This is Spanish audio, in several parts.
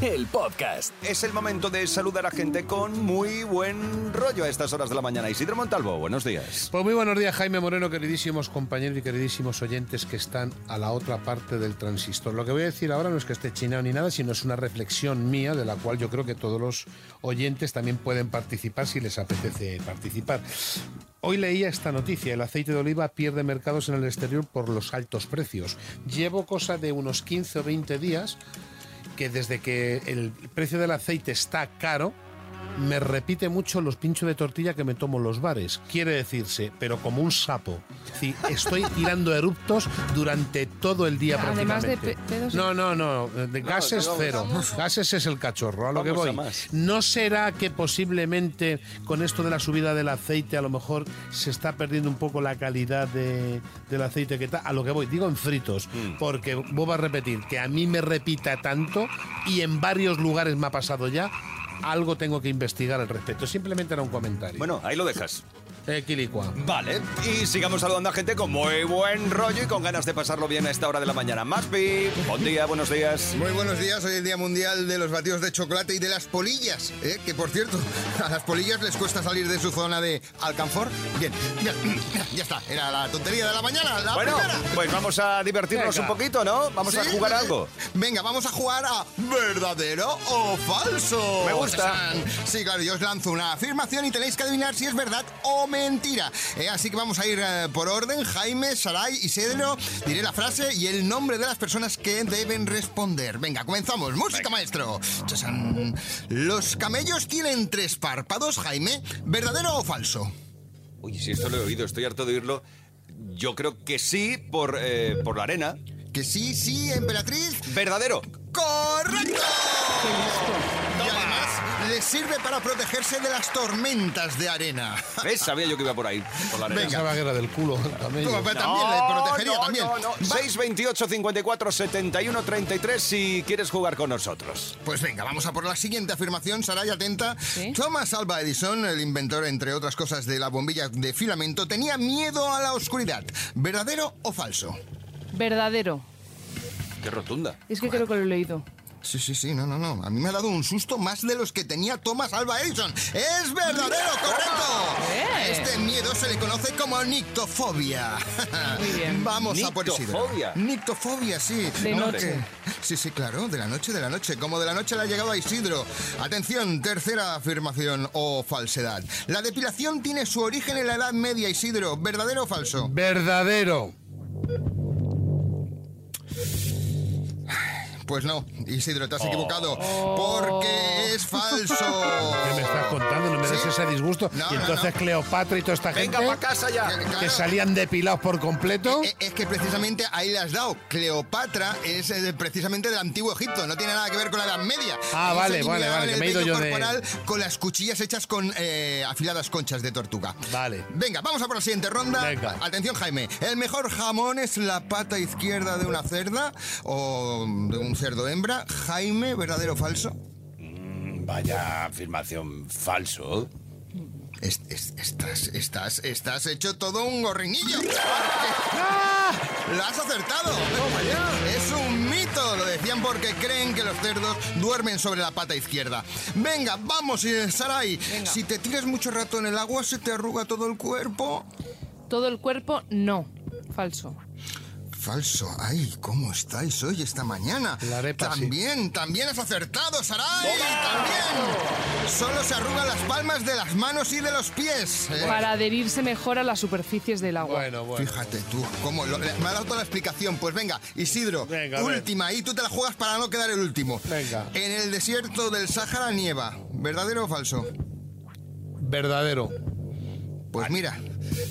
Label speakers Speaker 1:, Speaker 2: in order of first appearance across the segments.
Speaker 1: el podcast.
Speaker 2: Es el momento de saludar a gente con muy buen rollo a estas horas de la mañana. Isidro Montalvo, buenos días.
Speaker 3: Pues muy buenos días, Jaime Moreno, queridísimos compañeros y queridísimos oyentes que están a la otra parte del transistor. Lo que voy a decir ahora no es que esté chinado ni nada, sino es una reflexión mía de la cual yo creo que todos los oyentes también pueden participar si les apetece participar. Hoy leía esta noticia, el aceite de oliva pierde mercados en el exterior por los altos precios. Llevo cosa de unos 15 o 20 días que desde que el precio del aceite está caro, me repite mucho los pinchos de tortilla que me tomo en los bares. Quiere decirse, pero como un sapo. Es decir, estoy tirando eruptos durante todo el día
Speaker 4: Además de
Speaker 3: prácticamente.
Speaker 4: pe- pedos y-
Speaker 3: no, no, no. De gases
Speaker 2: vamos,
Speaker 3: cero. Gases es el cachorro, a lo que
Speaker 2: Vamos a
Speaker 3: voy.
Speaker 2: más.
Speaker 3: ¿No será que posiblemente con esto de la subida del aceite a lo mejor se está perdiendo un poco la calidad de- del aceite que tal? A lo que voy, digo en fritos,
Speaker 5: Mm.
Speaker 3: porque vuelvo a repetir, que a mí me repita tanto y en varios lugares me ha pasado ya, algo tengo que investigar al respecto. Simplemente era un comentario.
Speaker 2: Bueno, ahí lo dejas.
Speaker 3: Eh, Quilicua.
Speaker 2: Vale, y sigamos saludando a gente con muy buen rollo y con ganas de pasarlo bien a esta hora de la mañana. Maspi, buen día, buenos días.
Speaker 5: Muy buenos días, hoy es el Día Mundial de los Batidos de Chocolate y de las Polillas, ¿eh? que por cierto, a las polillas les cuesta salir de su zona de alcanfor. Bien, ya, ya está, era la tontería de la mañana, la
Speaker 2: Bueno,
Speaker 5: primera.
Speaker 2: pues vamos a divertirnos
Speaker 3: Venga.
Speaker 2: un poquito, ¿no? Vamos a
Speaker 5: ¿Sí?
Speaker 2: jugar algo.
Speaker 5: Venga, vamos a jugar a verdadero o falso.
Speaker 2: Me gusta.
Speaker 5: Tachán. Sí, claro, yo os lanzo una afirmación y tenéis que adivinar si es verdad o mentira. Eh, así que vamos a ir eh, por orden. Jaime, Saray y Cedro. Diré la frase y el nombre de las personas que deben responder. Venga, comenzamos. Música, maestro. Tachán. Los camellos tienen tres párpados, Jaime. ¿Verdadero o falso?
Speaker 2: Uy, si esto lo he oído, estoy harto de oírlo. Yo creo que sí, por, eh, por la arena.
Speaker 5: Que sí, sí, emperatriz.
Speaker 2: Verdadero.
Speaker 5: ¡Correcto! Y además les sirve para protegerse de las tormentas de arena.
Speaker 2: ¿Ves? Sabía yo que iba por ahí, por la arena.
Speaker 5: Venga.
Speaker 3: Pensaba que era del culo del camello.
Speaker 5: Toma, pero también le protegería también.
Speaker 2: No, no.
Speaker 5: Va-
Speaker 2: 628 54 71 33 si quieres jugar con nosotros.
Speaker 5: Pues venga, vamos a por la siguiente afirmación, Saray, atenta.
Speaker 4: Sí.
Speaker 5: Thomas Alva Edison, el inventor, entre otras cosas, de la bombilla de filamento, tenía miedo a la oscuridad. ¿Verdadero o falso?
Speaker 4: Verdadero.
Speaker 2: Qué rotunda.
Speaker 4: Es que creo que lo he leído.
Speaker 5: Sí, sí, sí, no, no, no. A mí me ha dado un susto más de los que tenía Thomas Alva Edison. ¡Es verdadero, correcto!
Speaker 4: ¡Eh!
Speaker 5: A este miedo se le conoce como nictofobia.
Speaker 4: Muy bien.
Speaker 5: Vamos a por Isidro.
Speaker 2: Nictofobia.
Speaker 5: Nictofobia, sí.
Speaker 4: De
Speaker 5: No,
Speaker 4: noche.
Speaker 5: que- Sí, sí, claro, de la noche, de la noche. Como de la noche le ha llegado a Isidro. Atención, tercera afirmación o falsedad. La depilación tiene su origen en la Edad Media, Isidro. ¿Verdadero o falso?
Speaker 3: Verdadero.
Speaker 5: Pues no, Isidro,
Speaker 3: Oh.
Speaker 5: te has equivocado. Porque es falso.
Speaker 3: ¿Qué me estás contando? No me des
Speaker 5: Sí.
Speaker 3: ese disgusto.
Speaker 5: No,
Speaker 3: y
Speaker 5: no,
Speaker 3: entonces
Speaker 5: no.
Speaker 3: Cleopatra y toda esta
Speaker 2: Venga ¿eh?
Speaker 3: gente
Speaker 2: para casa ya.
Speaker 5: Claro.
Speaker 3: que salían depilados por completo.
Speaker 5: Eh, Es que precisamente ahí le has dado. Cleopatra es eh, precisamente del antiguo Egipto, no tiene nada que ver con la Edad Media.
Speaker 3: Ah,
Speaker 5: Ahí
Speaker 3: vale,
Speaker 5: se
Speaker 3: vale,
Speaker 5: eliminaban
Speaker 3: vale, que
Speaker 5: el
Speaker 3: me he ido
Speaker 5: vello
Speaker 3: yo de-
Speaker 5: corporal Con las cuchillas hechas con eh, afiladas conchas de tortuga.
Speaker 3: Vale.
Speaker 5: Venga, vamos a por la siguiente ronda.
Speaker 3: Venga.
Speaker 5: Atención, Jaime. ¿El mejor jamón es la pata izquierda de una cerda o de un cerdo hembra? Jaime, ¿verdadero o falso?
Speaker 2: Mm, Vaya afirmación falso.
Speaker 5: Es- es- estás, estás, estás hecho todo un gorrinillo.
Speaker 3: ¡Ah!
Speaker 5: ¡Lo has acertado! Es un mito, lo decían porque creen que los cerdos duermen sobre la pata izquierda. Venga, vamos, eh, Sarai.
Speaker 4: Venga.
Speaker 5: Si te tiras mucho rato en el agua, se te arruga todo el cuerpo.
Speaker 4: Todo el cuerpo, no. Falso.
Speaker 5: Falso. Ay, ¿cómo estáis hoy esta mañana?
Speaker 3: La arepa, sí.
Speaker 5: también, también has acertado, Sarai. También. Solo se arrugan las palmas de las manos y de los pies. ¿eh?
Speaker 4: Para adherirse mejor a las superficies del agua.
Speaker 3: Bueno, bueno.
Speaker 5: Fíjate tú, cómo lo- me ha dado toda la explicación. Pues venga, Isidro,
Speaker 3: Venga, a ver.
Speaker 5: última, y tú te la juegas para no quedar el último.
Speaker 3: Venga.
Speaker 5: En el desierto del Sáhara nieva, ¿verdadero o falso?
Speaker 3: Verdadero.
Speaker 5: Pues mira,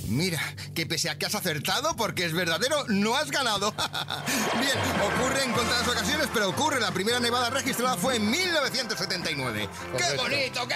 Speaker 5: mira, que pese a que has acertado, porque es verdadero, no has ganado. Bien, ocurre en contadas ocasiones, pero ocurre. La primera nevada registrada fue en 1979. ¡Qué
Speaker 3: Correcto.
Speaker 5: bonito, qué bonito,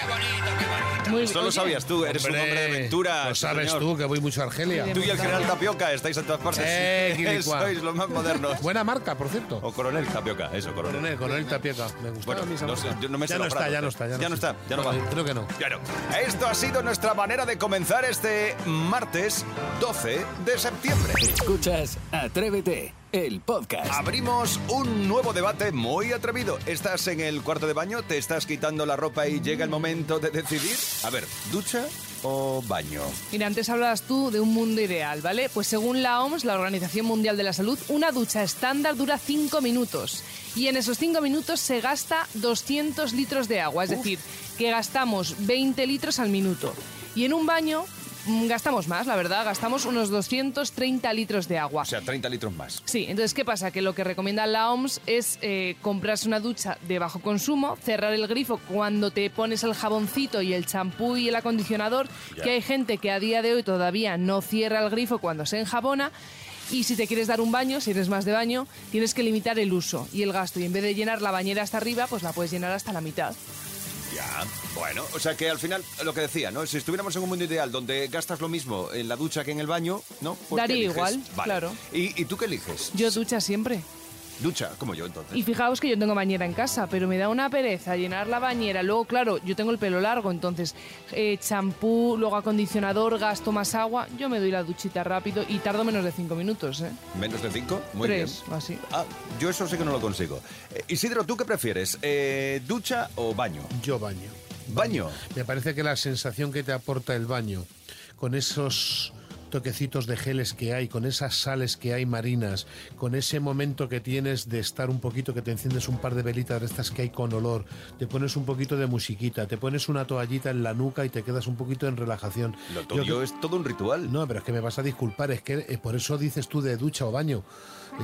Speaker 5: qué bonito!
Speaker 4: Muy
Speaker 2: Esto lo
Speaker 4: oye,
Speaker 2: sabías tú, eres un hombre de aventura.
Speaker 3: Lo sabes
Speaker 2: señor.
Speaker 3: tú, que voy mucho a Argelia.
Speaker 2: Tú y el general Tapioca estáis en todas partes.
Speaker 3: Eh, Guilicuá.
Speaker 2: Sois los más modernos.
Speaker 3: Buena marca, por cierto.
Speaker 2: O coronel Tapioca, eso, coronel.
Speaker 3: Coronel, coronel Tapieca. Me gustaba
Speaker 2: Bueno,
Speaker 3: a mí esa
Speaker 2: no
Speaker 3: marca.
Speaker 2: sé, yo no me sé
Speaker 3: ya, no
Speaker 2: los
Speaker 3: está,
Speaker 2: brazos,
Speaker 3: ya no
Speaker 2: eh.
Speaker 3: está, ya no
Speaker 2: Ya no
Speaker 3: está.
Speaker 2: está, ya no va.
Speaker 3: Creo que no.
Speaker 2: Claro. Esto ha sido nuestra manera de comenzar este martes 12 de septiembre.
Speaker 1: Escuchas Atrévete, el podcast.
Speaker 2: Abrimos un nuevo debate muy atrevido. ¿Estás en el cuarto de baño? ¿Te estás quitando la ropa y llega el momento de decidir? A ver, ¿ducha o baño?
Speaker 4: Mira, antes hablabas tú de un mundo ideal, ¿vale? Pues según la OMS, la Organización Mundial de la Salud, una ducha estándar dura 5 minutos. Y en esos 5 minutos se gasta 200 litros de agua, es decir, que gastamos 20 litros al minuto. Y en un baño mm, gastamos más, la verdad, gastamos unos 230 litros de agua.
Speaker 2: O sea, 30 litros más.
Speaker 4: Sí, entonces, ¿qué pasa? Que lo que recomienda la OMS es eh, comprarse una ducha de bajo consumo, cerrar el grifo cuando te pones el jaboncito y el champú y el acondicionador, que hay gente que a día de hoy todavía no cierra el grifo cuando se enjabona. Y si te quieres dar un baño, si eres más de baño, tienes que limitar el uso y el gasto. Y en vez de llenar la bañera hasta arriba, pues la puedes llenar hasta la mitad.
Speaker 2: Ya, bueno, o sea que al final, lo que decía, ¿no? Si estuviéramos en un mundo ideal donde gastas lo mismo en la ducha que en el baño, ¿no? ¿Por qué
Speaker 4: Daría
Speaker 2: eliges?
Speaker 4: igual,
Speaker 2: Vale.
Speaker 4: claro.
Speaker 2: ¿Y, y tú qué eliges?
Speaker 4: Yo ducha siempre.
Speaker 2: Ducha, como yo entonces.
Speaker 4: Y fijaos que yo tengo bañera en casa, pero me da una pereza llenar la bañera. Luego, claro, yo tengo el pelo largo, entonces eh, champú, luego acondicionador, gasto más agua. Yo me doy la duchita rápido y tardo menos de cinco minutos, ¿eh?
Speaker 2: ¿Menos de cinco? Muy
Speaker 4: Tres,
Speaker 2: bien.
Speaker 4: o así.
Speaker 2: Ah, yo eso sí que no lo consigo. Eh, Isidro, ¿tú qué prefieres? Eh, ¿Ducha o baño?
Speaker 3: Yo baño.
Speaker 2: Baño.
Speaker 3: Me parece que la sensación que te aporta el baño, con esos toquecitos de geles que hay, con esas sales que hay marinas, con ese momento que tienes de estar un poquito, que te enciendes un par de velitas de estas que hay con olor, te pones un poquito de musiquita, te pones una toallita en la nuca y te quedas un poquito en relajación.
Speaker 2: Lo
Speaker 3: Yo
Speaker 2: tuyo
Speaker 3: creo-
Speaker 2: es todo un ritual.
Speaker 3: No, pero es que me vas a disculpar, es que eh, por eso dices tú de ducha o baño.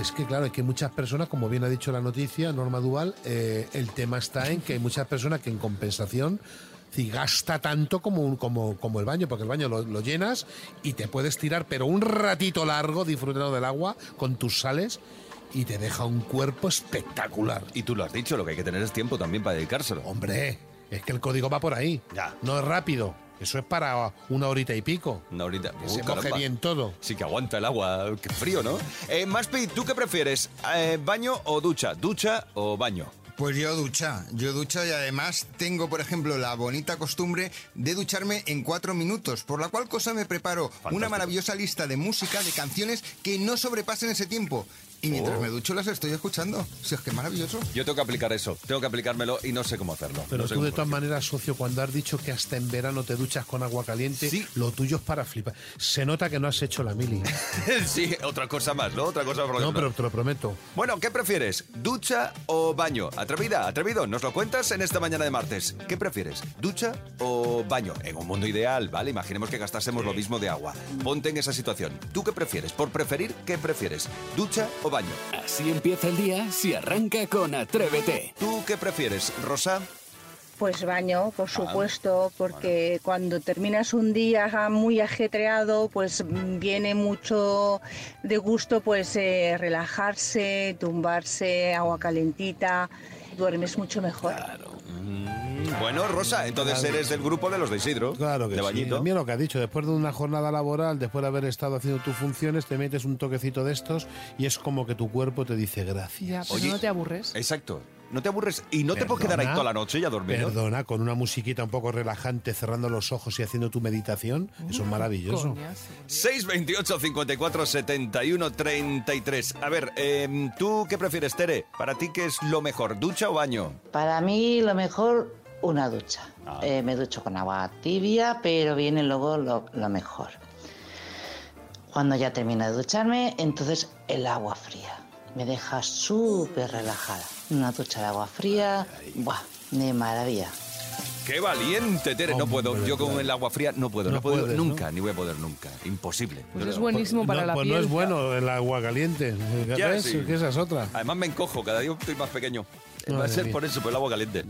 Speaker 3: Es que claro, es que muchas personas, como bien ha dicho la noticia, Norma Dual, eh, el tema está en que hay muchas personas que en compensación si gasta tanto como, un- como, como el baño, porque el baño lo, lo llenas y te puedes tirar, pero un ratito largo disfrutando del agua con tus sales y te deja un cuerpo espectacular.
Speaker 2: Y tú lo has dicho, lo que hay que tener es tiempo también para dedicárselo.
Speaker 3: Hombre, es que el código va por ahí,
Speaker 2: Ya.
Speaker 3: no es rápido, eso es para una horita y pico.
Speaker 2: Una horita.
Speaker 3: Que
Speaker 2: Uh,
Speaker 3: se coge
Speaker 2: caramba.
Speaker 3: bien todo.
Speaker 2: Sí que aguanta el agua, qué frío, ¿no? Eh, Maspi, ¿tú qué prefieres? Eh, ¿Baño o ducha? ¿Ducha o baño?
Speaker 5: Pues yo ducha, yo ducha y además tengo, por ejemplo, la bonita costumbre de ducharme en cuatro minutos, por la cual cosa me preparo una maravillosa lista de música, de canciones que no sobrepasen ese tiempo. Y mientras
Speaker 3: Oh.
Speaker 5: me ducho las estoy escuchando. Si es que maravilloso.
Speaker 2: Yo tengo que aplicar eso, tengo que aplicármelo y no sé cómo hacerlo.
Speaker 3: Pero
Speaker 2: No sé
Speaker 3: tú de
Speaker 2: cómo
Speaker 3: todas maneras, socio, cuando has dicho que hasta en verano te duchas con agua caliente,
Speaker 2: Sí.
Speaker 3: lo tuyo es para flipar. Se nota que no has hecho la mili.
Speaker 2: hacerlo. sí, otra cosa más, ¿no? Otra cosa por
Speaker 3: No,
Speaker 2: ejemplo.
Speaker 3: pero te lo prometo.
Speaker 2: Bueno, ¿qué prefieres? ¿Ducha o baño? Atrevida, atrevido, nos lo cuentas en esta mañana de martes. ¿Qué prefieres? ¿Ducha o baño? En un mundo ideal, ¿vale? Imaginemos que gastásemos lo mismo de agua. Ponte en esa situación. ¿Tú qué prefieres? Por preferir, ¿qué prefieres? ¿Ducha o baño?
Speaker 1: Así empieza el día si arranca con Atrévete.
Speaker 2: ¿Tú qué prefieres, Rosa?
Speaker 6: Pues baño, por supuesto, porque cuando terminas un día muy ajetreado, pues mm, viene mucho de gusto pues eh, relajarse, tumbarse, agua calentita, duermes mucho mejor.
Speaker 2: Bueno, Rosa, entonces eres del grupo de los de Isidro.
Speaker 3: Claro que
Speaker 2: de
Speaker 3: sí.
Speaker 2: bañito.
Speaker 3: Mira lo que has dicho. Después de una jornada laboral, después de haber estado haciendo tus funciones, te metes un toquecito de estos y es como que tu cuerpo te dice gracias.
Speaker 4: Ya, pero
Speaker 2: Oye,
Speaker 4: no te aburres.
Speaker 2: Exacto. No te aburres y no te puedes
Speaker 3: Perdona,
Speaker 2: quedar ahí toda la noche y a dormir. ¿no?
Speaker 3: Perdona, con una musiquita un poco relajante, cerrando los ojos y haciendo tu meditación.
Speaker 4: Uh,
Speaker 3: Eso es maravilloso.
Speaker 4: Coñazo.
Speaker 2: 628 54 71 33. A ver, em, ¿tú qué prefieres, Tere? ¿Para ti qué es lo mejor, ducha o baño?
Speaker 7: Para mí lo mejor, una ducha. Eh, me ducho con agua tibia, pero viene luego lo, lo mejor. Cuando ya termino de ducharme, entonces el agua fría. Me deja súper relajada. Una ducha de agua fría, ¡buah! De maravilla.
Speaker 2: ¡Qué valiente, Tere! No puedo.
Speaker 3: Hombre,
Speaker 2: Yo con
Speaker 3: claro.
Speaker 2: el agua fría no puedo. No,
Speaker 3: No
Speaker 2: puedo
Speaker 3: puedes, ¿no?
Speaker 2: nunca, ni voy a poder nunca. Imposible.
Speaker 4: Pues
Speaker 2: No,
Speaker 4: es
Speaker 2: no.
Speaker 4: buenísimo para
Speaker 3: No,
Speaker 4: la
Speaker 3: pues
Speaker 4: piel.
Speaker 3: no es bueno el agua caliente.
Speaker 2: Ya,
Speaker 3: ¿Ves?
Speaker 2: sí.
Speaker 3: Que esa es otra.
Speaker 2: Además me encojo, cada día estoy más pequeño. Va a
Speaker 3: Madre
Speaker 2: ser
Speaker 3: mía. Mm,
Speaker 2: por eso, por el agua caliente.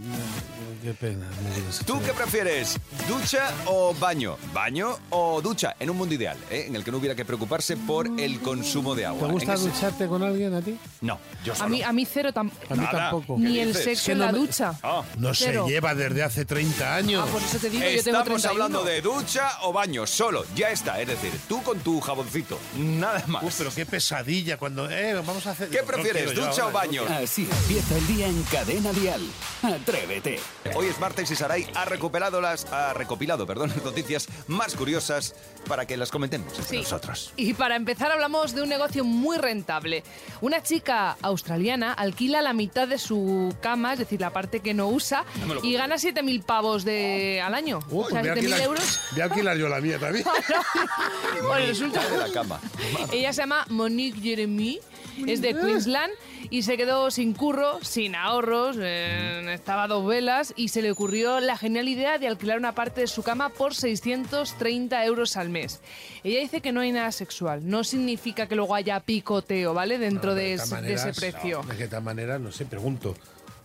Speaker 3: Qué pena. me digas.
Speaker 2: ¿Tú qué prefieres? ¿Ducha o baño? ¿Baño o ducha? En un mundo ideal, ¿eh? en el que no hubiera que preocuparse por el consumo de agua.
Speaker 3: ¿Te gusta
Speaker 2: En ese-
Speaker 3: ducharte con alguien a ti?
Speaker 2: No, yo solo.
Speaker 4: A mí, a mí cero
Speaker 3: A mí
Speaker 4: tampoco.
Speaker 2: Nada.
Speaker 3: tampoco.
Speaker 2: ¿Qué
Speaker 4: Ni el
Speaker 2: dices?
Speaker 4: sexo
Speaker 3: Que
Speaker 4: en
Speaker 3: no
Speaker 4: la
Speaker 3: me-
Speaker 4: ducha.
Speaker 2: Ah.
Speaker 3: No se
Speaker 4: Cero.
Speaker 3: lleva desde hace 30 años.
Speaker 4: Ah, por eso te digo, yo tengo
Speaker 2: Estamos
Speaker 4: 31.
Speaker 2: hablando de ducha o baño, solo, ya está. Es decir, tú con tu jaboncito, nada más.
Speaker 3: Uf, Uh, pero qué pesadilla cuando... eh, vamos a hacer...
Speaker 2: ¿Qué
Speaker 3: No
Speaker 2: prefieres,
Speaker 3: quiero yo
Speaker 2: ducha o
Speaker 3: ahora,
Speaker 2: baño?
Speaker 1: Así empieza el día en Cadena Dial. Atrévete.
Speaker 2: Hoy es martes y Saray ha recuperado las, ha recopilado, perdón, las noticias más curiosas para que las comentemos entre
Speaker 4: Sí.
Speaker 2: nosotros.
Speaker 4: Y para empezar hablamos de un negocio muy rentable. Una chica australiana alquila la mitad de su cama, es decir, la parte que no usa, y gana 7.000 pavos de, al año.
Speaker 3: Uy,
Speaker 4: o sea,
Speaker 3: Uh, pues voy a
Speaker 4: 7.000
Speaker 3: alquilar-
Speaker 4: euros.
Speaker 3: Voy a alquilar yo la mía también.
Speaker 4: Bueno, resulta...
Speaker 2: De la cama.
Speaker 4: Ella se llama Monique Jeremy, es de Queensland y se quedó sin curro, sin ahorros, eh, estaba a dos velas y se le ocurrió la genial idea de alquilar una parte de su cama por 630 euros al mes. Ella dice que no hay nada sexual, no significa que luego haya picoteo, ¿vale? Dentro
Speaker 3: No,
Speaker 4: de,
Speaker 3: todas
Speaker 4: ese- de
Speaker 3: maneras,
Speaker 4: ese precio.
Speaker 3: no, de tal manera, no sé, pregunto.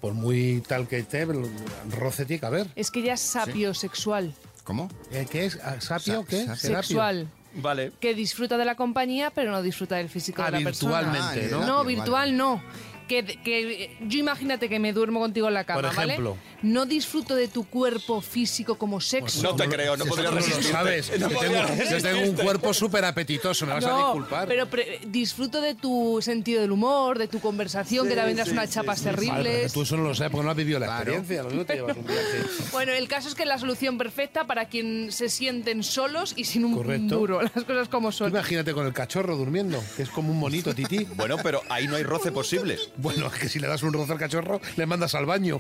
Speaker 3: Por muy tal que esté, pero roce tiene que haber.
Speaker 4: Es que ella es sapiosexual,
Speaker 5: ¿Cómo?
Speaker 3: Eh, ¿Qué es? ¿A- ¿Sapio?
Speaker 5: Sa-
Speaker 3: ¿Qué?
Speaker 5: sapio.
Speaker 3: ¿Serapio?
Speaker 4: sexual,
Speaker 2: Vale.
Speaker 4: que disfruta de la compañía pero no disfruta del físico
Speaker 3: Ah,
Speaker 4: de la persona.
Speaker 3: virtualmente,
Speaker 5: Ah,
Speaker 3: ¿no?
Speaker 5: ya.
Speaker 4: No,
Speaker 5: Vale,
Speaker 4: virtual
Speaker 5: vale.
Speaker 4: no. Que, que yo imagínate que me duermo contigo en la cama,
Speaker 3: Por ejemplo.
Speaker 4: ¿vale? No disfruto de tu cuerpo físico como sexo.
Speaker 2: No te creo, no
Speaker 3: Eso
Speaker 2: podría
Speaker 3: tú lo
Speaker 2: resistirte.
Speaker 3: sabes.
Speaker 2: No
Speaker 3: que
Speaker 2: podría
Speaker 3: tengo, que
Speaker 2: resistirte.
Speaker 3: tengo un cuerpo súper apetitoso, me vas a
Speaker 4: No,
Speaker 3: disculpar.
Speaker 4: pero pre- disfruto de tu sentido del humor, de tu conversación, que te aventas unas chapas
Speaker 3: Vale, pero que
Speaker 4: terribles.
Speaker 3: tú eso no lo sabes porque no has vivido la
Speaker 5: Claro.
Speaker 3: experiencia. Lo mismo te llevas un viaje.
Speaker 4: Bueno, el caso es que es la solución perfecta para quien se sienten solos y sin un
Speaker 3: Correcto.
Speaker 4: duro, las cosas como
Speaker 3: Tú
Speaker 4: son.
Speaker 3: imagínate con el cachorro durmiendo, que es como un monito tití.
Speaker 2: Bueno, pero ahí no hay roce posible.
Speaker 3: Bueno, es que si le das un roce al cachorro, le mandas al baño.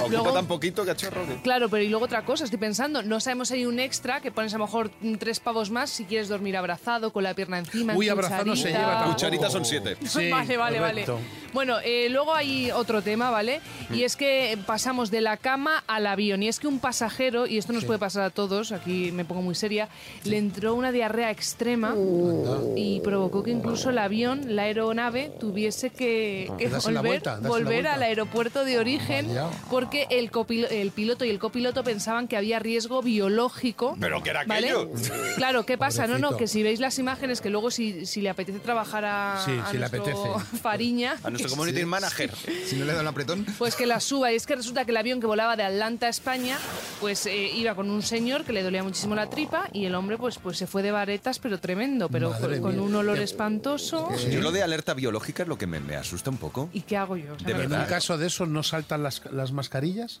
Speaker 2: Ocupa
Speaker 4: Luego-
Speaker 2: tan poquito, cachorro. que-
Speaker 4: Claro, pero y luego otra cosa, estoy pensando, no sabemos si hay un extra que pones a lo mejor mm, tres pavos más si quieres dormir abrazado, con la pierna encima. en
Speaker 3: Uy, abrazado no se
Speaker 4: cucharita.
Speaker 3: lleva tampoco.
Speaker 2: Cucharitas son siete.
Speaker 3: Sí,
Speaker 4: vale, vale,
Speaker 3: correcto. Mm.
Speaker 4: vale. Bueno, eh, luego hay otro tema, ¿vale? Y es que pasamos de la cama al avión. Y es que un pasajero, y esto nos puede pasar a todos, aquí me pongo muy seria, le entró una diarrea extrema
Speaker 3: Oh.
Speaker 4: y provocó que incluso el avión, la aeronave, tuviese que, que
Speaker 3: darse la
Speaker 4: volver,
Speaker 3: vuelta, darse la
Speaker 4: volver
Speaker 3: vuelta. Ah,
Speaker 4: al aeropuerto de origen
Speaker 3: vaya.
Speaker 4: porque el, copil- el piloto y el copiloto pensaban que había riesgo biológico.
Speaker 2: ¿Pero qué era
Speaker 4: ¿Vale?
Speaker 2: aquello?
Speaker 4: Claro, ¿qué pasa? No, no,
Speaker 3: Pobrecito.
Speaker 4: que si veis las imágenes, que luego si, si le apetece trabajar a,
Speaker 3: Sí,
Speaker 4: a
Speaker 3: si le
Speaker 4: nuestro
Speaker 3: apetece.
Speaker 4: Fariña,
Speaker 2: A nuestro
Speaker 4: que-
Speaker 2: community manager.
Speaker 5: Si no le da un apretón.
Speaker 4: pues que la suba. Y es que resulta que el avión que volaba de Atlanta a España, pues eh, iba con un señor que le dolía muchísimo la tripa y el hombre pues, pues se fue de varetas, pero tremendo, pero
Speaker 3: Madre
Speaker 4: con, con
Speaker 3: mía.
Speaker 4: un olor espantoso.
Speaker 2: Yo lo de alerta biológica es lo que me, me asusta un poco.
Speaker 4: ¿Y qué hago yo? O sea,
Speaker 2: De
Speaker 4: no-
Speaker 3: En
Speaker 2: verdad.
Speaker 3: un caso de eso, ¿no saltan las, las mascarillas?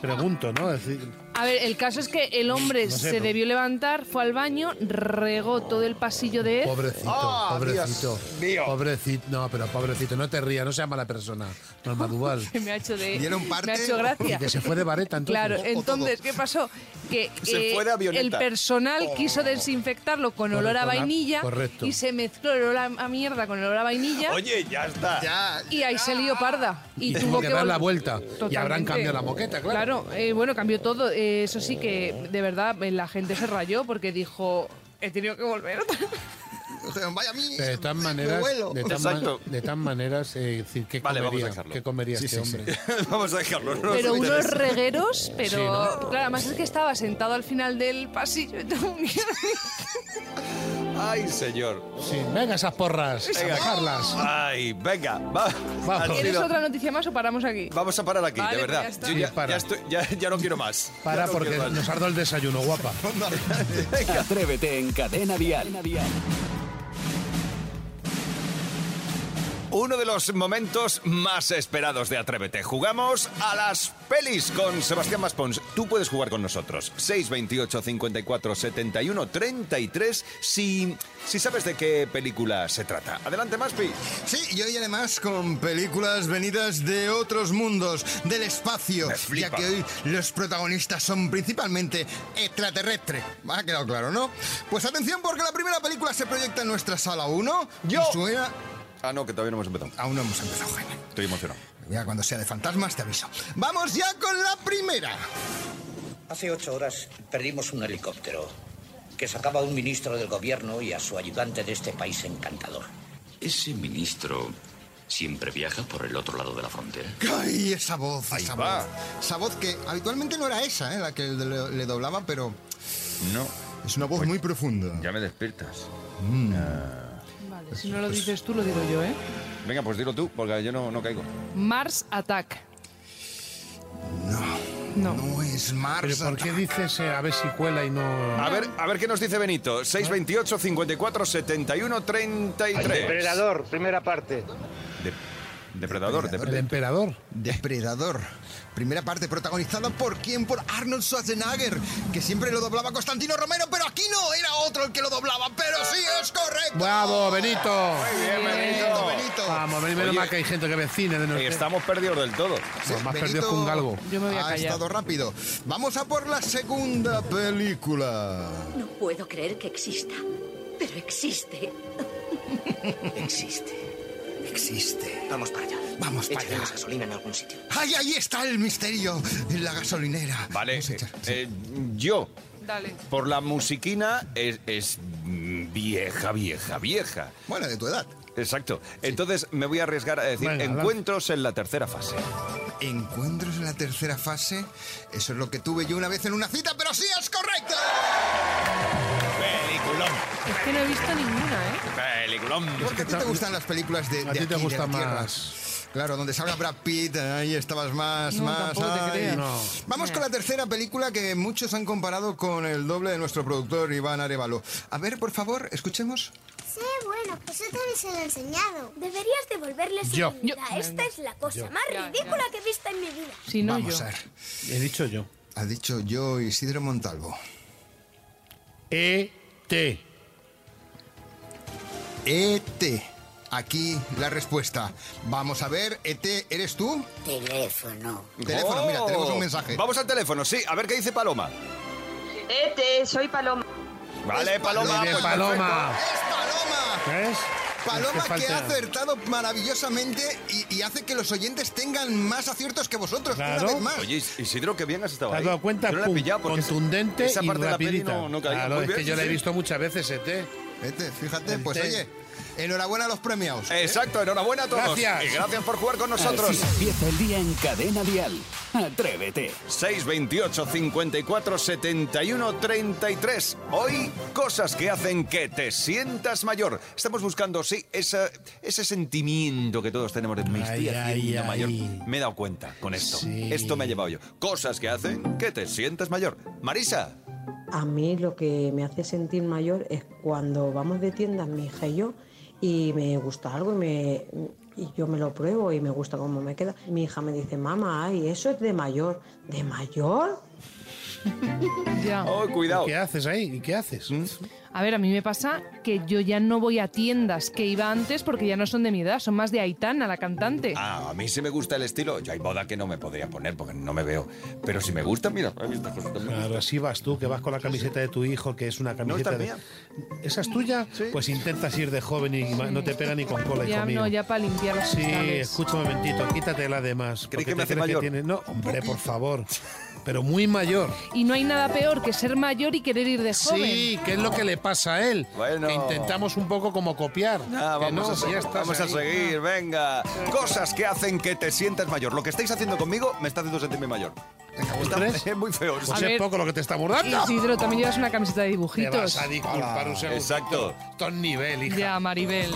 Speaker 3: Pregunto, ¿no? Es decir,
Speaker 4: A ver, el caso es que el hombre
Speaker 3: sé,
Speaker 4: se
Speaker 3: pero-
Speaker 4: debió levantar, fue al baño, regó todo el pasillo
Speaker 2: ¿Eh?
Speaker 4: de él.
Speaker 3: pobrecito,
Speaker 2: Ah,
Speaker 3: pobrecito. Pobrecito, no, pero pobrecito, no te rías, no sea mala persona. Norma Duval.
Speaker 4: que me ha hecho de
Speaker 5: ¿Dieron
Speaker 4: me
Speaker 5: parte?
Speaker 4: ha hecho
Speaker 3: Y
Speaker 4: gracia.
Speaker 3: que se fue de vareta, entonces.
Speaker 4: Claro,
Speaker 5: o
Speaker 4: entonces,
Speaker 5: todo.
Speaker 4: ¿qué pasó? Que eh,
Speaker 2: Se fue de avioneta.
Speaker 4: el personal quiso desinfectarlo con olor a
Speaker 3: Oh. Correcto,
Speaker 4: vainilla
Speaker 3: correcto.
Speaker 4: y se mezcló el olor a, a mierda con el olor a vainilla
Speaker 2: Oye, ya está.
Speaker 5: Ya.
Speaker 4: y ahí se lió parda.
Speaker 3: Y
Speaker 4: Y, tuvo que
Speaker 3: dar la
Speaker 4: vol-
Speaker 3: vuelta. Y habrán
Speaker 4: Totalmente.
Speaker 3: cambiado la moqueta, claro.
Speaker 4: Claro, eh, bueno, cambió todo. Eh, eso sí que, de verdad, eh, la gente se rayó porque dijo, he tenido que volver otra vez".
Speaker 5: Dijeron, Vaya mía.
Speaker 3: De tal
Speaker 5: me
Speaker 3: maneras,
Speaker 5: vuelo.
Speaker 3: de tan,
Speaker 2: Exacto.
Speaker 3: ma- de tan maneras, eh, decir, ¿qué
Speaker 2: Vale, vamos a
Speaker 3: comería,
Speaker 2: dejarlo.
Speaker 3: ¿qué comería este hombre?
Speaker 2: Vamos a dejarlo. no nos
Speaker 4: Pero unos
Speaker 2: interesa.
Speaker 4: regueros, pero...
Speaker 3: Sí, ¿no?
Speaker 4: Claro, además es que estaba sentado al final del pasillo y todo
Speaker 2: Ay, señor.
Speaker 3: Sí, venga esas porras,
Speaker 2: Venga.
Speaker 3: a bajarlas.
Speaker 2: Ay, venga, va.
Speaker 3: Vamos.
Speaker 2: Ha
Speaker 4: ¿Tienes
Speaker 2: sido-
Speaker 4: otra noticia más o paramos aquí?
Speaker 2: Vamos a parar aquí,
Speaker 4: Vale,
Speaker 2: de
Speaker 4: pues
Speaker 2: verdad.
Speaker 4: ya está.
Speaker 2: Yo
Speaker 3: Sí,
Speaker 2: ya,
Speaker 3: para.
Speaker 2: ya estoy- ya- ya no quiero más. Ya
Speaker 3: Para
Speaker 2: no
Speaker 3: porque
Speaker 2: quiero más.
Speaker 3: nos ha dado el desayuno, guapa.
Speaker 1: Atrévete en Cadena Dial.
Speaker 2: Uno de los momentos más esperados de Atrévete. Jugamos a las pelis con Sebastián Maspons. Tú puedes jugar con nosotros. 628 54 71 33 si, si sabes de qué película se trata. Adelante, Maspi.
Speaker 5: Sí, y hoy además con películas venidas de otros mundos, del espacio,
Speaker 2: Me
Speaker 5: ya
Speaker 2: flipa.
Speaker 5: que hoy los protagonistas son principalmente extraterrestres. Ha quedado claro, ¿no? Pues atención porque la primera película se proyecta en nuestra sala 1
Speaker 2: Yo.
Speaker 5: y suena...
Speaker 2: Ah, no, que todavía no hemos empezado.
Speaker 5: Aún no hemos empezado, Jaime.
Speaker 2: Estoy emocionado.
Speaker 5: Ya cuando sea de fantasmas te aviso. Vamos ya con la primera.
Speaker 8: Hace ocho horas perdimos un helicóptero que sacaba a un ministro del gobierno y a su ayudante de este país encantador.
Speaker 9: Ese ministro siempre viaja por el otro lado de la frontera.
Speaker 5: ¡Ay, esa voz!
Speaker 2: Ahí
Speaker 5: esa
Speaker 2: va.
Speaker 5: voz. Esa voz que habitualmente no era esa, ¿eh? la que le, le doblaba, pero
Speaker 10: No,
Speaker 5: es una voz
Speaker 2: Pues
Speaker 5: muy profunda.
Speaker 10: ya me despiertas.
Speaker 4: Vale, si no lo dices tú, lo digo yo, ¿eh?
Speaker 2: Venga, pues dilo tú, porque yo no, no caigo.
Speaker 4: Mars Attack. No. No.
Speaker 5: No es
Speaker 3: Pero
Speaker 5: Mars.
Speaker 3: ¿por qué dices eh, a ver si cuela y no...?
Speaker 2: A ver, a ver qué nos dice Benito. 628 54 71 33.
Speaker 11: Depredador, primera parte.
Speaker 2: De- depredador,
Speaker 3: El
Speaker 2: depredador.
Speaker 3: emperador.
Speaker 5: Depredador. Primera parte protagonizada por quién? Por Arnold Schwarzenegger, que siempre lo doblaba Constantino Romero, pero aquí no era otro el que lo doblaba, pero sí es correcto.
Speaker 3: ¡Bravo, Benito!
Speaker 5: Benito, Benito.
Speaker 3: Vamos, Benito, menos
Speaker 2: Oye.
Speaker 3: mal que hay gente que vecine de nosotros.
Speaker 2: Estamos perdidos del todo.
Speaker 5: Sí,
Speaker 3: Ah, Más perdido que un galgo.
Speaker 4: Yo me voy a
Speaker 5: ha
Speaker 4: callar.
Speaker 5: estado rápido. Vamos a por la segunda película.
Speaker 12: No puedo creer que exista, pero existe.
Speaker 8: Existe. Existe. Vamos para allá.
Speaker 5: Vamos para
Speaker 8: Echaremos
Speaker 5: allá.
Speaker 8: gasolina en algún sitio.
Speaker 5: ¡Ay, ahí está el misterio! En la gasolinera.
Speaker 2: Vale,
Speaker 5: Vamos a echar- sí.
Speaker 2: eh, yo,
Speaker 4: Dale.
Speaker 2: por la musiquina, es, es mm, vieja, vieja, vieja.
Speaker 5: Bueno, de tu edad.
Speaker 2: Exacto. Entonces me voy a arriesgar a decir
Speaker 3: Venga, lanza.
Speaker 2: encuentros en la tercera fase.
Speaker 5: Encuentros en la tercera fase. Eso es lo que tuve yo una vez en una cita, pero sí es correcto.
Speaker 2: Peliculón,
Speaker 4: Es que no he visto ninguna, ¿eh?
Speaker 2: peliculón.
Speaker 5: Porque a ti te gustan las películas de,
Speaker 3: A
Speaker 5: de
Speaker 3: ti te
Speaker 5: aquí, de la
Speaker 3: gusta
Speaker 5: tierra.
Speaker 3: más.
Speaker 5: Claro, donde salga Brad Pitt, ahí estabas más,
Speaker 4: No,
Speaker 5: más.
Speaker 4: tampoco te
Speaker 5: ay.
Speaker 4: creas.
Speaker 3: No.
Speaker 5: Vamos con la tercera película que muchos han comparado con el doble de nuestro productor Iván Arevalo. A ver, por favor, escuchemos.
Speaker 12: Sé bueno, pues vosotros les he enseñado. Deberías devolverles
Speaker 3: Yo.
Speaker 12: su dignidad.
Speaker 4: Yo.
Speaker 12: Esta es la cosa más
Speaker 4: Ya,
Speaker 12: ridícula que he visto en mi vida.
Speaker 4: Si no,
Speaker 5: Vamos
Speaker 4: yo.
Speaker 5: a ver.
Speaker 3: He dicho yo.
Speaker 5: Ha dicho yo Isidro Montalvo.
Speaker 3: E E.T.
Speaker 5: ET. E Aquí la respuesta. Vamos a ver, ET, ¿eres tú?
Speaker 12: Teléfono.
Speaker 5: Teléfono, mira,
Speaker 2: Oh.
Speaker 5: tenemos un mensaje.
Speaker 2: Vamos al teléfono, sí, a ver qué dice Paloma.
Speaker 12: Ete, soy Paloma.
Speaker 2: Vale,
Speaker 5: Es Paloma.
Speaker 2: Paloma.
Speaker 3: Muy bien,
Speaker 2: pues
Speaker 3: Paloma.
Speaker 5: ¡Es Paloma!
Speaker 3: ¿Ves?
Speaker 5: Paloma
Speaker 3: Es
Speaker 5: que ha
Speaker 3: falta-
Speaker 5: acertado maravillosamente y, y hace que los oyentes tengan más aciertos que vosotros,
Speaker 3: Claro.
Speaker 5: una vez más.
Speaker 2: Oye, Isidro, qué bien has estado
Speaker 3: ¿Te has
Speaker 2: ahí.
Speaker 3: dado cuenta?
Speaker 2: Yo no la he
Speaker 3: Pum,
Speaker 2: pillado porque
Speaker 3: contundente
Speaker 2: esa
Speaker 3: y
Speaker 2: parte de la peli
Speaker 3: rapidita.
Speaker 2: no, no caía.
Speaker 3: claro,
Speaker 2: Muy
Speaker 3: es
Speaker 2: bien,
Speaker 3: que yo
Speaker 2: sí,
Speaker 3: la he
Speaker 2: sí.
Speaker 3: visto muchas veces, E ET.
Speaker 5: Vete, fíjate,
Speaker 3: El
Speaker 5: pues
Speaker 3: té.
Speaker 5: oye, enhorabuena a los premiados. ¿eh?
Speaker 2: Exacto, enhorabuena a todos.
Speaker 3: Gracias.
Speaker 2: Y gracias por jugar con nosotros.
Speaker 1: Así empieza el día en Cadena Dial. Atrévete.
Speaker 2: 628 54 71 33. Hoy, cosas que hacen que te sientas mayor. Estamos buscando, sí, esa, ese sentimiento que todos tenemos de me estoy
Speaker 3: Ay,
Speaker 2: haciendo
Speaker 3: ay,
Speaker 2: mayor.
Speaker 3: ay.
Speaker 2: Me he dado cuenta con esto.
Speaker 3: Sí.
Speaker 2: Esto me ha llevado yo. Cosas que hacen que te sientas mayor. Marisa,
Speaker 12: A mí lo que me hace sentir mayor es cuando vamos de tiendas, mi hija y yo, y me gusta algo y, me, y yo me lo pruebo y me gusta cómo me queda. Mi hija me dice, mamá, ay, eso es de mayor. ¿De mayor?
Speaker 4: Ya.
Speaker 2: oh, cuidado. ¿Mm?
Speaker 3: ¿Qué haces ahí? ¿Y qué haces?
Speaker 4: A ver, a mí me pasa que yo ya no voy a tiendas que iba antes porque ya no son de mi edad, son más de Aitana, la cantante.
Speaker 2: Ah, a mí sí me gusta el estilo. Yo hay boda que no me podría poner porque no me veo. Pero si me gusta, mira, a mí estas cosas también me
Speaker 3: Claro, así vas tú, que vas con la camiseta de tu hijo, que es una
Speaker 2: esta
Speaker 3: camiseta
Speaker 2: es
Speaker 3: de...
Speaker 2: mía.
Speaker 3: ¿Esa es tuya? Pues intentas ir de joven y ma- no te pega ni con cola, hijo
Speaker 4: ya
Speaker 3: mío.
Speaker 4: no, ya para limpiar los
Speaker 3: Sí,
Speaker 4: cristales.
Speaker 3: escucha un momentito, quítate la de
Speaker 2: ¿Crees
Speaker 3: más. porque
Speaker 2: que me
Speaker 3: te
Speaker 2: hace mayor?
Speaker 3: tiene- No, hombre, por favor. Pero muy mayor.
Speaker 4: Y no hay nada peor que ser mayor y querer ir de joven.
Speaker 3: Sí, ¿qué es lo que le pasa a él?
Speaker 2: Bueno.
Speaker 3: Que intentamos un poco como copiar.
Speaker 2: Ah,
Speaker 3: Que
Speaker 2: vamos,
Speaker 3: no,
Speaker 2: a,
Speaker 3: que
Speaker 2: seguir,
Speaker 3: ya estás
Speaker 2: vamos a
Speaker 3: ahí.
Speaker 2: seguir, venga. Cosas que hacen que te sientas mayor. Lo que estáis haciendo conmigo me está haciendo sentirme mayor. Está-
Speaker 3: crees?
Speaker 2: es muy feo.
Speaker 3: Pues
Speaker 4: A
Speaker 3: es
Speaker 4: ver.
Speaker 3: poco lo que te está mordando.
Speaker 4: Isidro, también llevas una camiseta de
Speaker 3: Te vas
Speaker 4: dibujitos.
Speaker 3: a disculpar un segundo.
Speaker 2: Exacto.
Speaker 3: Esto es nivel, hija.
Speaker 4: Ya, Maribel.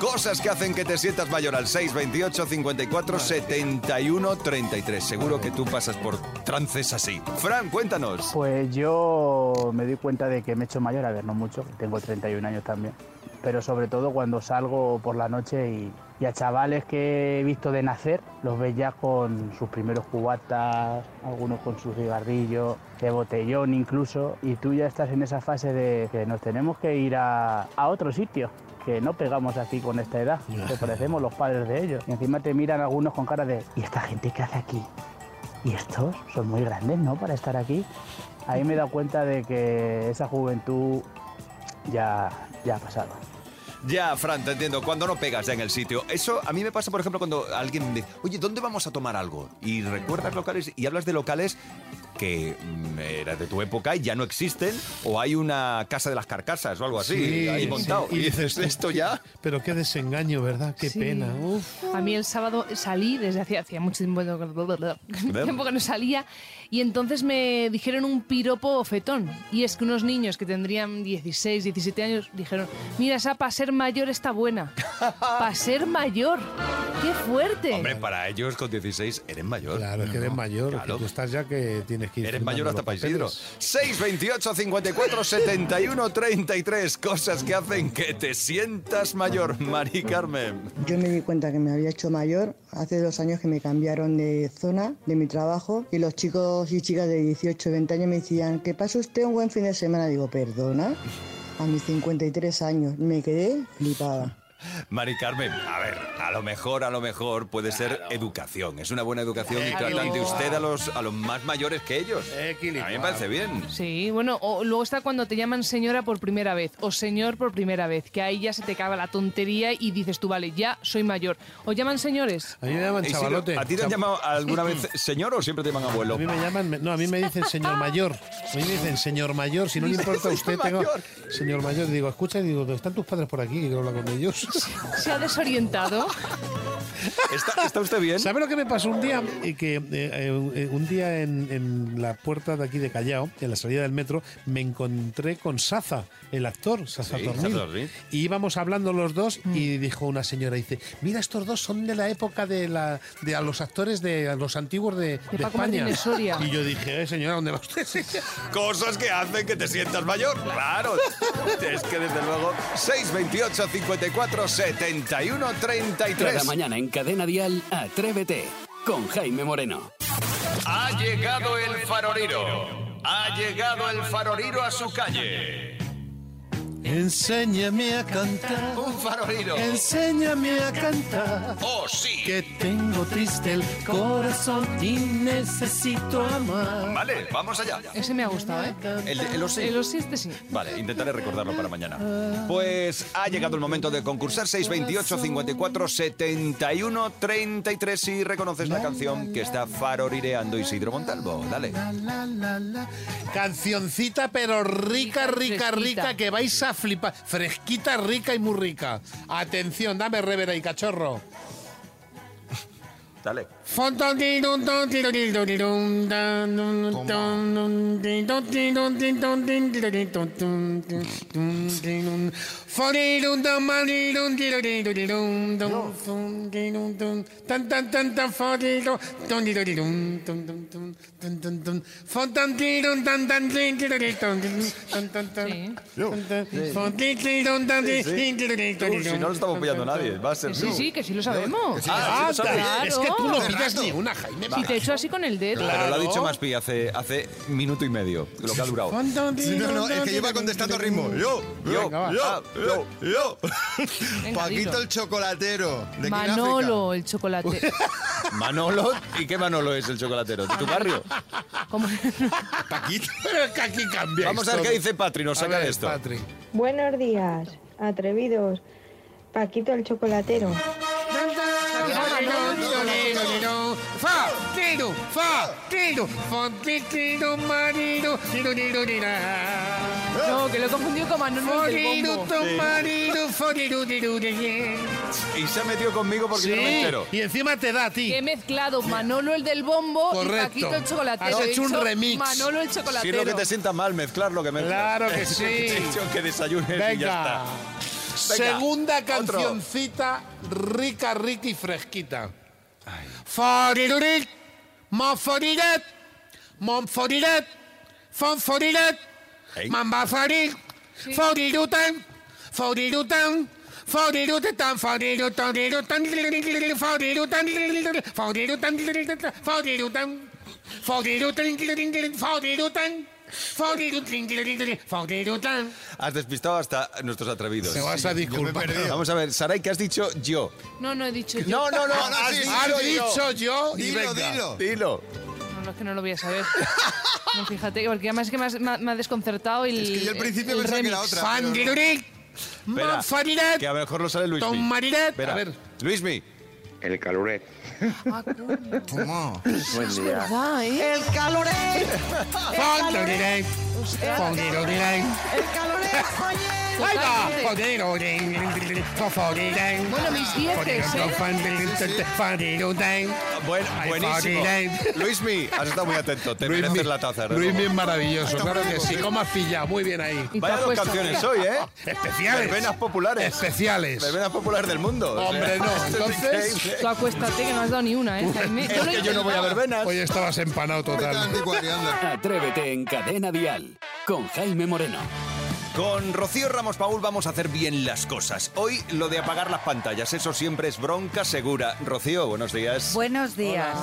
Speaker 2: Cosas que hacen que te sientas mayor al 628 54 71 33. Seguro que tú pasas por trances así. Fran, cuéntanos.
Speaker 11: Pues yo me doy cuenta de que me he hecho mayor, a ver, no mucho, tengo 31 años también, pero sobre todo cuando salgo por la noche y, y a chavales que he visto de nacer, los ves ya con sus primeros cubatas, algunos con sus cigarrillos, de botellón incluso, y tú ya estás en esa fase de que nos tenemos que ir a, a otro sitio. Que no pegamos aquí con esta edad, que parecemos los padres de ellos. Y encima te miran algunos con cara de, ¿y esta gente qué hace aquí? Y estos son muy grandes, ¿no? Para estar aquí. Ahí me he dado cuenta de que esa juventud ya, ya ha pasado.
Speaker 2: Ya, Fran, te entiendo. Cuando no pegas ya en el sitio. Eso a mí me pasa, por ejemplo, cuando alguien me dice, oye, ¿dónde vamos a tomar algo? Y recuerdas locales y hablas de locales que mm, era de tu época y ya no existen, o hay una casa de las carcasas o algo así
Speaker 3: Sí,
Speaker 2: ahí
Speaker 3: sí.
Speaker 2: montado. Y dices, esto ya.
Speaker 3: Pero qué desengaño, ¿verdad? Qué
Speaker 4: Sí.
Speaker 3: pena. Uf.
Speaker 4: A mí el sábado salí, desde hacía, hacía mucho tiempo, tiempo que no salía, y entonces me dijeron un piropo bofetón. Y es que unos niños que tendrían 16, 17 años dijeron: Mira, esa para ser mayor está buena. Para ser mayor. ¡Qué fuerte!
Speaker 2: Hombre, para ellos con 16 eres mayor.
Speaker 3: Claro, es que eres mayor, que tú estás ya que tienes que ir.
Speaker 2: Eres mayor hasta
Speaker 3: firmando
Speaker 2: para
Speaker 3: los
Speaker 2: Isidro.
Speaker 3: papeles.
Speaker 2: 628 54 71 33. Cosas que hacen que te sientas mayor, Mari Carmen.
Speaker 13: Yo me di cuenta que me había hecho mayor hace dos años que me cambiaron de zona de mi trabajo y los chicos y chicas de 18, 20 años me decían que pase usted un buen fin de semana. Digo, perdona, a mis 53 años me quedé flipada.
Speaker 2: Mari Carmen, a ver, a lo mejor, a lo mejor puede ser educación. Es una buena educación y
Speaker 4: Claro.
Speaker 2: tratan de usted a los, a los más mayores que ellos. A mí me parece bien.
Speaker 4: Sí, bueno, o luego está cuando te llaman señora por primera vez o señor por primera vez, que ahí ya se te acaba la tontería y dices tú, vale, ya soy mayor. ¿O llaman señores?
Speaker 3: A mí me llaman
Speaker 2: Isidro,
Speaker 3: chavalote.
Speaker 2: ¿A ti te han
Speaker 3: Chav-
Speaker 2: llamado alguna vez señor o siempre te llaman abuelo?
Speaker 3: A mí me llaman, me- no, a mí me dicen señor mayor. A mí me dicen señor mayor, si no le importa a usted,
Speaker 2: Señor
Speaker 3: tengo.
Speaker 2: mayor.
Speaker 3: Señor mayor, digo, escucha, y digo, ¿están tus padres por aquí? Que quiero hablar con ellos.
Speaker 4: ¿Se ha desorientado?
Speaker 2: ¿Está, usted bien?
Speaker 3: ¿Sabe lo que me pasó un día? Y que eh, eh, un día en, en la puerta de aquí de Callao, en la salida del metro, me encontré con Saza, el actor, Saza
Speaker 2: Sí,
Speaker 3: Tornil.
Speaker 2: Saza Tornil.
Speaker 3: Y íbamos hablando los dos
Speaker 4: Mm.
Speaker 3: y dijo una señora, dice, mira, estos dos son de la época de, la, de a los actores de a los antiguos de, de
Speaker 4: Paco
Speaker 3: España.
Speaker 4: Martínez Soria.
Speaker 3: Y yo dije, eh, señora, ¿dónde va usted?
Speaker 2: Cosas que hacen que te sientas mayor. Claro. Es que desde luego 628 54 71 33.
Speaker 1: Cada mañana en Cadena Dial, Atrévete con Jaime Moreno.
Speaker 2: Ha llegado el faroriro. Ha llegado el faroriro a su calle.
Speaker 3: Enséñame a cantar.
Speaker 2: Un faroriro.
Speaker 3: Enséñame a cantar.
Speaker 2: Oh, sí.
Speaker 3: Que tengo triste el corazón y necesito amar.
Speaker 2: Vale, vamos allá.
Speaker 4: Ese me ha gustado, ¿eh?
Speaker 2: El de- el Osí.
Speaker 4: El Osí este sí.
Speaker 2: Vale, intentaré recordarlo para mañana. Pues ha llegado el momento de concursar 628 54 71 33 y reconoces la canción que está farorireando Isidro Montalvo. Dale.
Speaker 3: La, la, la. Cancioncita pero rica, rica,
Speaker 4: Fresquita.
Speaker 3: rica, que vais a flipar. Fresquita, rica y muy rica. Atención, dame revera y cachorro.
Speaker 2: Dale. Tú, si no lo estamos pillando nadie, va a ser
Speaker 4: Sí,
Speaker 2: tú.
Speaker 4: sí, que sí lo sabemos.
Speaker 2: Ah, sí lo sabes.
Speaker 4: Claro.
Speaker 3: Es que tú no pidas ni una, Jaime.
Speaker 4: Si te echo así con el dedo.
Speaker 2: Pero lo ha dicho Maspi hace, hace minuto y medio, lo que ha durado.
Speaker 5: Sí, no, no, es que lleva contestando al ritmo. Yo, yo,
Speaker 2: Venga, va. Ah, eh,
Speaker 5: yo, yo, yo.
Speaker 4: Venga,
Speaker 5: Paquito
Speaker 4: dilo.
Speaker 5: el chocolatero. De King
Speaker 4: Manolo, el chocolate.
Speaker 2: Manolo, ¿y qué Manolo es el chocolatero? ¿De tu barrio?
Speaker 4: ¿Cómo?
Speaker 5: África. Paquito.
Speaker 3: Pero es que aquí cambia.
Speaker 2: Vamos a ver qué dice Patri, nos saca de esto.
Speaker 14: Buenos días, atrevidos. Paquito el chocolatero.
Speaker 4: No, que lo he confundido con Manolo el del bombo.
Speaker 2: Y se ha metido conmigo porque yo no me entero.
Speaker 3: y encima te da a ti.
Speaker 4: Que he mezclado Manolo el del bombo
Speaker 3: Correcto.
Speaker 4: y Paquito el chocolatero.
Speaker 3: Has
Speaker 4: He
Speaker 3: hecho un
Speaker 4: dicho
Speaker 3: remix.
Speaker 4: Manolo el
Speaker 2: Si es lo que
Speaker 4: chocolatero.
Speaker 2: te sienta mal, mezclar lo que mezclas.
Speaker 3: Claro que sí.
Speaker 2: He dicho que desayunes y
Speaker 3: Venga.
Speaker 2: ya está. Venga,
Speaker 3: Segunda
Speaker 2: otro.
Speaker 3: cancioncita rica, rica y fresquita. Forirurit, monforiret, monforiret, fonforiret, mambafarit, forirutan, forirutan, forirutetan, forirutan, forirutan, forirutan, forirutan, forirutan, forirutan, forirutan, forirutan, forirutan.
Speaker 2: Has despistado hasta nuestros atrevidos.
Speaker 3: Te vas a disculpar.
Speaker 2: Vamos a ver, Saray, ¿qué has dicho yo?
Speaker 4: No, no he dicho yo.
Speaker 2: No, no, no.
Speaker 5: No, no,
Speaker 2: has
Speaker 5: sí,
Speaker 2: dicho,
Speaker 3: Ha
Speaker 2: yo.
Speaker 3: Ah, dicho yo y
Speaker 5: Dilo,
Speaker 3: venga.
Speaker 5: dilo.
Speaker 2: Dilo.
Speaker 4: No, no, es que no lo voy a saber. No, fíjate, porque además es que me, has- me ha- me ha desconcertado el.
Speaker 5: Es que yo al principio
Speaker 4: el
Speaker 5: pensaba que era
Speaker 4: remix.
Speaker 5: otra. pero no.
Speaker 3: Fangiruric,
Speaker 2: Espera,
Speaker 3: Manfarinet,
Speaker 2: Que a lo mejor lo sale Luismi.
Speaker 3: Tomarinet.
Speaker 2: Espera.
Speaker 3: A ver,
Speaker 2: Luismi,
Speaker 15: El caluret. Buen día.
Speaker 16: El caloré.
Speaker 3: Pon tu diré. Pon tu diré.
Speaker 16: El caloré, oye.
Speaker 3: Ahí va. Podero, din, din, din, tofo, din, din.
Speaker 16: Bueno, mis dieces,
Speaker 3: Podero,
Speaker 16: ¿eh?
Speaker 3: fan, din, din, tin, tin, fan, din, din, din.
Speaker 2: Bueno,
Speaker 3: Ay,
Speaker 2: buenísimo.
Speaker 3: Fabri,
Speaker 2: Luismi, has estado muy atento. Te
Speaker 3: Luismi-
Speaker 2: mereces la taza. ¿no?
Speaker 3: Luis bien maravilloso, claro que sí. ¿Cómo has pillado? Muy bien ahí.
Speaker 2: Y te Vaya has dos puesto- canciones hoy, ¿eh?
Speaker 3: Especiales.
Speaker 2: Verbenas populares.
Speaker 3: Especiales.
Speaker 2: Verbenas populares del mundo. O sea,
Speaker 3: Hombre, no.
Speaker 2: esto es
Speaker 3: Entonces...
Speaker 2: increíble.
Speaker 4: Tú acuéstate que no has dado ni una, ¿eh? Jaime? Yo lo he intentado.
Speaker 3: verbenas. Hoy estabas empanado total.
Speaker 1: Atrévete en Cadena Dial con Jaime Moreno.
Speaker 2: Con Rocío Ramos Paul vamos a hacer bien las cosas. Hoy lo de apagar las pantallas, eso siempre es bronca segura. Rocío, buenos días.
Speaker 16: Buenos días.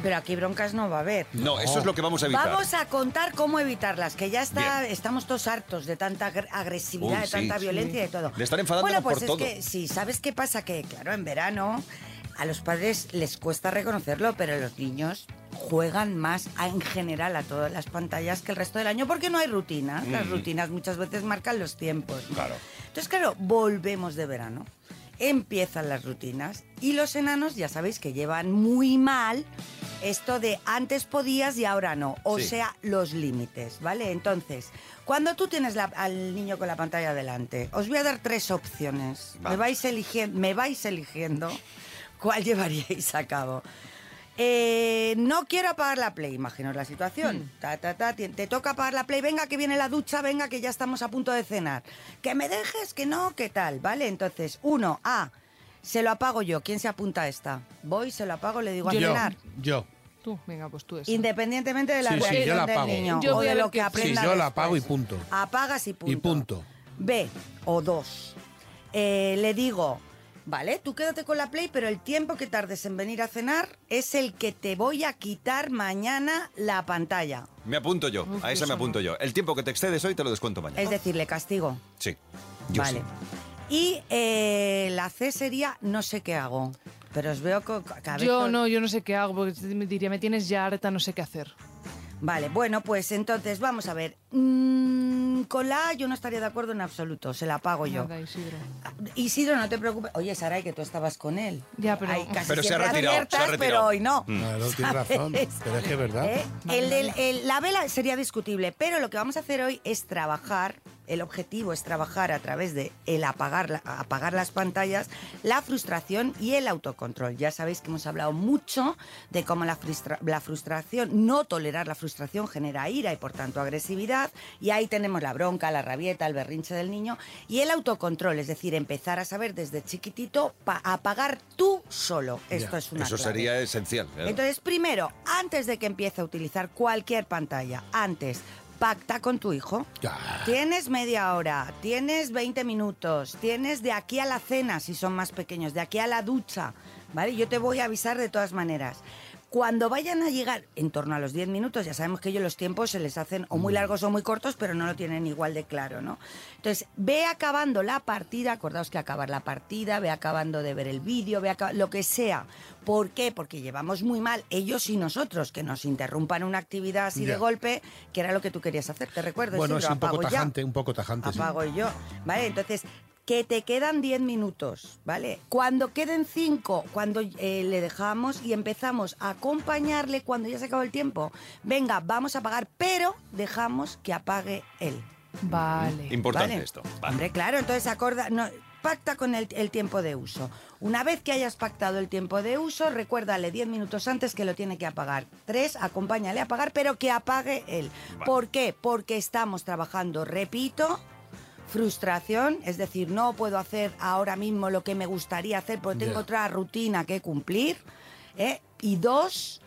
Speaker 16: Pero aquí broncas no va a haber.
Speaker 2: No, eso es lo que vamos a evitar.
Speaker 16: Vamos a contar cómo evitarlas, que ya está, estamos todos hartos de tanta agre- agresividad,
Speaker 2: Uy,
Speaker 16: de
Speaker 2: sí.
Speaker 16: tanta violencia y de
Speaker 2: Sí.
Speaker 16: todo.
Speaker 2: Le están enfadándonos
Speaker 16: bueno, pues
Speaker 2: por
Speaker 16: es
Speaker 2: todo.
Speaker 16: que sí, ¿sabes qué pasa? Que claro, en verano a los padres les cuesta reconocerlo, pero los niños juegan más a- en general a todas las pantallas que el resto del año porque no hay rutina. Las
Speaker 17: Mm.
Speaker 16: rutinas muchas veces marcan los tiempos. Claro. Entonces, claro, volvemos de verano. Empiezan las rutinas y los enanos ya sabéis que llevan muy mal esto de antes podías y ahora no, o
Speaker 17: Sí.
Speaker 16: sea, los límites, ¿vale? Entonces, cuando tú tienes la- al niño con la pantalla delante, os voy a dar tres opciones. Me
Speaker 17: Vamos.
Speaker 16: vais, eligiendo, me vais eligiendo cuál llevaríais a cabo. Eh, no quiero apagar la play, imaginaos la situación. Ta, ta, ta, ti- te toca apagar la play, venga que viene la ducha, venga que ya estamos a punto de cenar. Que me dejes, que no, que tal, ¿vale? Entonces, uno, A, se lo apago yo. ¿Quién se apunta a esta? Voy, se lo apago, le digo a cenar.
Speaker 3: Yo.
Speaker 4: Tú, venga, pues tú esa.
Speaker 16: Independientemente de la
Speaker 3: Sí, sí, yo
Speaker 16: reacción
Speaker 3: la
Speaker 16: del
Speaker 3: pago.
Speaker 16: niño
Speaker 4: Yo
Speaker 16: o
Speaker 4: voy a
Speaker 16: de
Speaker 4: ver
Speaker 16: lo que
Speaker 4: qué-
Speaker 3: Sí,
Speaker 16: aprenda.
Speaker 3: yo la
Speaker 16: después.
Speaker 3: apago y punto.
Speaker 16: Apagas y punto.
Speaker 3: Y punto.
Speaker 16: B o dos. Eh, le digo, vale, tú quédate con la Play, pero el tiempo que tardes en venir a cenar es el que te voy a quitar mañana la pantalla.
Speaker 2: Me apunto yo,
Speaker 16: Uf,
Speaker 2: a esa
Speaker 16: eso
Speaker 2: me
Speaker 16: no.
Speaker 2: apunto yo. El tiempo que te excedes hoy te lo descuento mañana.
Speaker 16: Es decir, le castigo.
Speaker 2: Sí. Yo
Speaker 16: Vale.
Speaker 2: sí.
Speaker 16: Y eh, la C sería, no sé qué hago. Pero os veo co- co- cabezos-
Speaker 4: Yo no, yo no sé qué hago, porque me diría, me tienes ya harta, no sé qué hacer.
Speaker 16: Vale, bueno, pues entonces vamos a ver. Mm, con la A yo no estaría de acuerdo en absoluto, se la pago yo.
Speaker 4: Nada, Isidro.
Speaker 16: Isidro, no te preocupes. Oye, Saray, que tú estabas con él.
Speaker 4: Ya, pero-
Speaker 16: Ay, casi
Speaker 2: Pero se ha
Speaker 16: siempre
Speaker 2: retirado, se ha
Speaker 16: aciertas,
Speaker 2: retirado.
Speaker 16: pero hoy no.
Speaker 3: Mm. Claro, tienes
Speaker 16: ¿Sabes?
Speaker 3: razón. Pero es que es verdad.
Speaker 16: ¿Eh? El- el- el- la vela sería discutible, pero lo que vamos a hacer hoy es trabajar. El objetivo es trabajar a través de el apagar, la- apagar las pantallas, la frustración y el autocontrol. Ya sabéis que hemos hablado mucho de cómo la, frustra- la frustración, no tolerar la frustración genera ira y por tanto agresividad. Y ahí tenemos la bronca, la rabieta, el berrinche del niño y el autocontrol, es decir, empezar a saber desde chiquitito pa- apagar tú solo. Esto
Speaker 2: Ya.
Speaker 16: es una
Speaker 2: Eso
Speaker 16: clave.
Speaker 2: sería esencial. ¿eh? claro.
Speaker 16: Entonces, primero, antes de que empiece a utilizar cualquier pantalla, antes, pacta con tu hijo. Tienes media hora, tienes 20 minutos, tienes de aquí a la cena, si son más pequeños, de aquí a la ducha, ¿vale? Yo te voy a avisar de todas maneras. Cuando vayan a llegar en torno a los 10 minutos, ya sabemos que ellos los tiempos se les hacen o muy largos o muy cortos, pero no lo tienen igual de claro, ¿no? Entonces, ve acabando la partida, acordaos que acabar la partida, ve acabando de ver el vídeo, ve acaba- lo que sea. ¿Por qué? Porque llevamos muy mal ellos y nosotros, que nos interrumpan una actividad así de
Speaker 3: Ya.
Speaker 16: golpe, que era lo que tú querías hacer, te recuerdo.
Speaker 3: Bueno, es
Speaker 16: Isidro,
Speaker 3: un poco
Speaker 16: apago ya.
Speaker 3: tajante, ¿eh? un poco tajante. sí.
Speaker 16: Apago yo. Vale, entonces, que te quedan 10 minutos, ¿vale? Cuando queden 5, cuando eh, le dejamos y empezamos a acompañarle cuando ya se acabó el tiempo, venga, vamos a apagar, pero dejamos que apague él.
Speaker 4: Vale.
Speaker 2: Importante
Speaker 16: Vale.
Speaker 2: esto. Vale.
Speaker 16: Hombre, claro, entonces acorda, no, pacta con el, el tiempo de uso. Una vez que hayas pactado el tiempo de uso, recuérdale 10 minutos antes que lo tiene que apagar. Tres, acompáñale a apagar, pero que apague él.
Speaker 17: Vale.
Speaker 16: ¿Por qué? Porque estamos trabajando, repito, frustración, es decir, no puedo hacer ahora mismo lo que me gustaría hacer porque tengo
Speaker 17: Ya.
Speaker 16: otra rutina que cumplir. ¿eh? Y dos,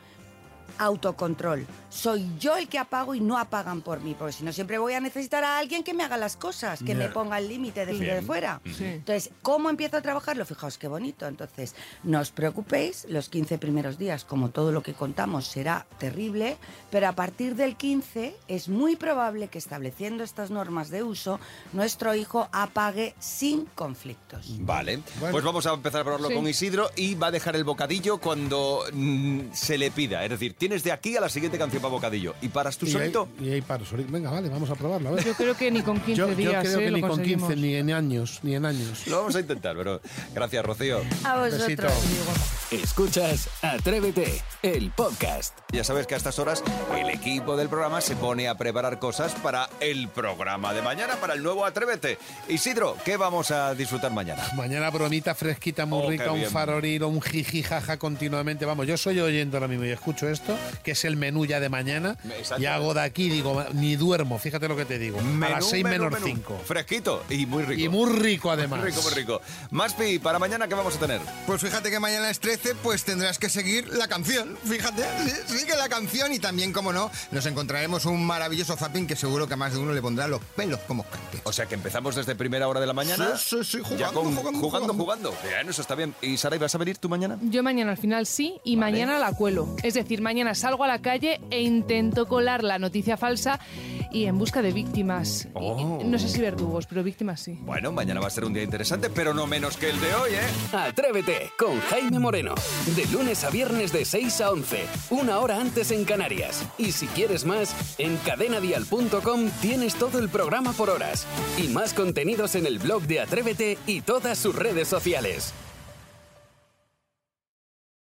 Speaker 16: autocontrol. Soy yo el que apago y no apagan por mí, porque si no siempre voy a necesitar a alguien que me haga las cosas, que me
Speaker 17: Ya.
Speaker 16: ponga el límite desde
Speaker 17: Bien.
Speaker 16: fuera.
Speaker 17: Sí.
Speaker 16: Entonces, ¿cómo empiezo a trabajarlo? Fijaos qué bonito. Entonces, no os preocupéis, los 15 primeros días, como todo lo que contamos, será terrible, pero a partir del 15 es muy probable que estableciendo estas normas de uso, nuestro hijo apague sin conflictos.
Speaker 2: Vale, pues vamos a empezar a probarlo
Speaker 16: Sí.
Speaker 2: con Isidro y va a dejar el bocadillo cuando mm, se le pida. Es decir, tienes de aquí a la siguiente canción para bocadillo. ¿Y paras tú
Speaker 3: Y ahí-
Speaker 2: solito?
Speaker 3: Y ahí paro solito. Venga, vale, vamos a probarlo. a ver.
Speaker 4: Yo creo que ni con 15
Speaker 3: Yo- yo
Speaker 4: días.
Speaker 3: creo
Speaker 4: eh,
Speaker 3: que
Speaker 4: lo
Speaker 3: ni con 15,
Speaker 4: conseguimos.
Speaker 3: ni en años, ni en años.
Speaker 2: Lo vamos a intentar, pero gracias, Rocío.
Speaker 16: A vosotros.
Speaker 3: Besito.
Speaker 1: Escuchas Atrévete, el podcast.
Speaker 2: Ya sabes que a estas horas el equipo del programa se pone a preparar cosas para el programa de mañana, para el nuevo Atrévete. Isidro, ¿qué vamos a disfrutar mañana?
Speaker 3: Mañana bromita fresquita, muy
Speaker 2: Oh, qué
Speaker 3: rica, un
Speaker 2: bien.
Speaker 3: faroriro, un jiji jaja continuamente. Vamos, yo soy oyendo ahora mismo y escucho esto, que es el menú ya de mañana.
Speaker 2: Exacto.
Speaker 3: Y hago de aquí, digo, ni duermo, fíjate lo que te digo. a las 6 menos 5.
Speaker 2: Fresquito y muy rico.
Speaker 3: Y muy rico además.
Speaker 2: Muy rico, muy rico. Maspi, para mañana, ¿qué vamos a tener?
Speaker 5: Pues fíjate que mañana es 13, pues tendrás que seguir la canción. Fíjate, sí, sigue la canción y también, como no, nos encontraremos un maravilloso zapping que seguro que a más de uno le pondrá los pelos como cante.
Speaker 2: O sea que empezamos desde primera hora de la mañana.
Speaker 5: Sí, sí, sí, jugando,
Speaker 2: ya con-
Speaker 5: jugando,
Speaker 2: jugando, jugando. Bien, eso está bien. ¿Y Saray, vas a venir tú mañana?
Speaker 4: Yo mañana al final sí y mañana la cuelo. Es decir, mañana salgo a la calle e intento colar la noticia falsa y en busca de víctimas. Y-
Speaker 2: Oh.
Speaker 4: no sé si verdugos, pero víctimas sí.
Speaker 2: Bueno, mañana va a ser un día interesante, pero no menos que el de hoy, ¿eh?
Speaker 1: Atrévete con Jaime Moreno. De lunes a viernes de 6 a 11, una hora antes en Canarias. Y si quieres más, en cadenadial.com tienes todo el programa por horas y más contenidos en el blog de Atrévete y todas sus redes sociales.